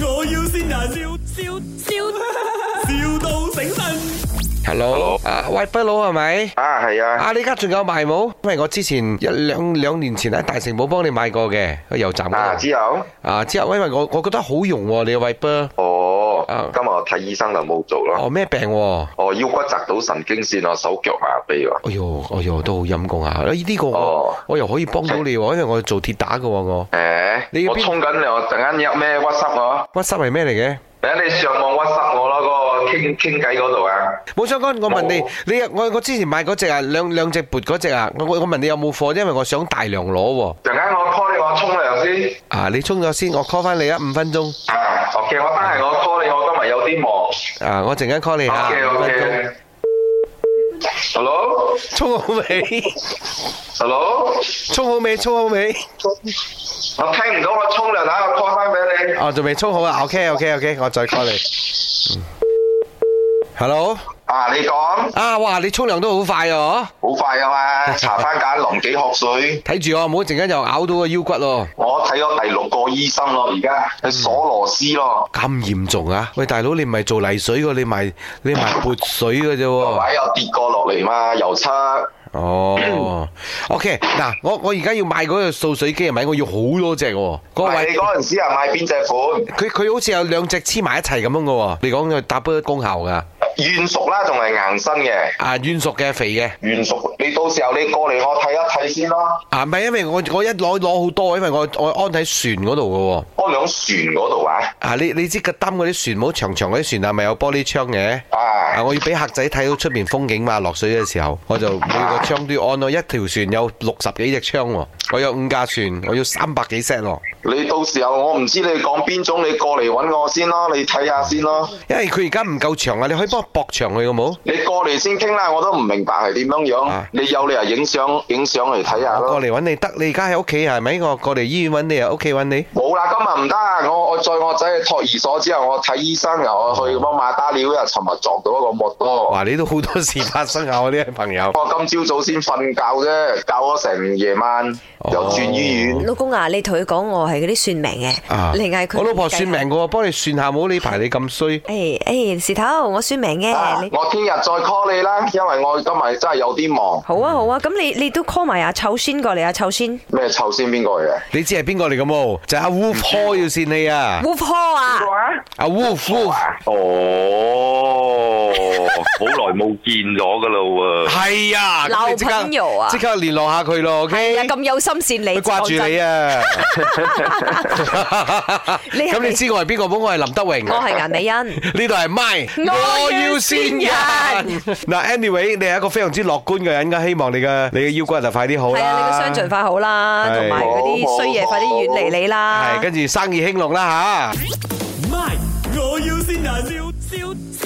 要先人，笑笑笑，,笑到醒神。 Hello， Hello 啊喂，不佬係咪？啊，係啊，啊，你而家仲有賣冇？因為我之前一兩兩年前喺大城堡幫你買過嘅，個油站啊嗰度。之後，啊，之後因為我我覺得好用喎，你個 Viper 啊哦，今日我睇醫生就冇做咯，哦咩病喎？哦，腰骨砸到神經線啊，手腳麻痹喎，哎呦，哎呦，都好陰功啊！呢、呢個我、哦我又可以幫到 你喎，因為我做鐵打嘅喎我。你誒，要邊我衝緊你，我陣間入咩 WhatsApp 我， WhatsApp 係咩嚟嘅？等你上網 WhatsApp 我咯，嗰個傾傾偈嗰度啊，冇相干，我問你冇，你我我之前買嗰只啊，兩兩隻撥嗰只啊，我我我問你有冇貨，因為我想大量攞喎。陣間我 call 你，我沖涼先，啊，你沖咗先，我 call 翻你啊，五分鐘。啊，OK，我得閒我 call 你，我今日有啲忙啊，我陣間 call 你啊，五分鐘。 ，OK，OK。Hello，Hello，沖好未？沖好未？沖好未？我聽唔到，我沖涼，等下我 call 翻俾你。哦，仲未沖好啊？OK OK OK，我再 call 你。嗯 Hello，啊，你講。啊，哇，你沖涼都好快啊！好快噶 嘛，搽番梘淋幾殼嗬水。睇住我，唔好陣間又咬到個腰骨咯。我睇咗第六個醫生咯，而家係鎖螺絲咯，咁嚴重啊！喂，大佬，你唔係做泥水嘅，你賣你賣撥水嘅啫個喎。位有跌過落嚟嘛，油漆。哦，OK，嗱，我我而家要買嗰個掃水機係咪？我要好多隻喎。嗰個喂，位你嗰陣時係買邊隻款？佢佢好似有兩隻黐埋一齊咁樣嘅喎。你講佢 double 功效㗎，軟熟啦，仲係硬身嘅。啊軟熟嘅肥嘅，軟熟，你到時候你過嚟我睇一睇先啦。啊唔係因為我我一攞攞好多，因為我我安喺船嗰度嘅喎。安兩船嗰度啊，啊！你你知個燈嗰啲船，冇長長嗰啲船啊，咪有玻璃窗嘅。啊！啊，我要俾客仔睇到出面風景嘛，落水嘅時候，我就每個窗都要安咯。一條船有六十幾隻窗喎，我有五架船，我要三百幾 set 喎。你到時候我唔知你講邊種，你過嚟揾我先咯，你睇下先咯。因為佢而家唔夠長啊，你可以幫我駁長佢好冇？你過嚟先傾啦，我都唔明白係點樣樣啊。你有理由影相影相嚟睇下我咯過。嚟揾你得，你而家喺屋企係咪？我過嚟醫院揾你啊，屋企揾你。冇啦，今日唔得啊！我我載我仔去托兒所之後，我睇醫生，又我去幫馬打料，又尋日撞到一個摩多。哇！你都好多事發生啊，我呢位朋友。我今朝早先瞓覺啫，搞咗成夜晚，又轉醫院。老公啊，你同佢講我係嗰啲算命嘅，嗯啊！你嗌佢。我老婆算命嘅喎，幫你算下冇？呢排你咁衰。誒誒，事頭我算命嘅，啊你！我聽日再 call 你啦，因為我今日真係有啲忙。好啊好啊，咁你你都 call 埋阿臭先過嚟，啊阿臭先，咩臭先邊個嚟啊嘅？你知係邊個嚟嘅冇？就係阿 Wolf Hall 要善你啊！ wolf hall 啊，阿 Wolf Wolf。哦，好耐冇見咗噶啦喎。系啊，咁劉你即刻品瑤啊即刻聯絡下佢咯係啊，OK？咁有心善佢你，掛住你啊！ 你係咁你知我係邊個冇？我係林德我榮。係顏美欣。呢度係 My，我要線人。嗱，anyway，你係一個非常之樂觀嘅人，咁希望你嘅你嘅腰骨就快 啲好啦。係啊，你個傷盡快好啦，係同埋嗰啲衰嘢快啲遠離你啦。係，跟住生意興隆啦吓！ My，我要先人，笑笑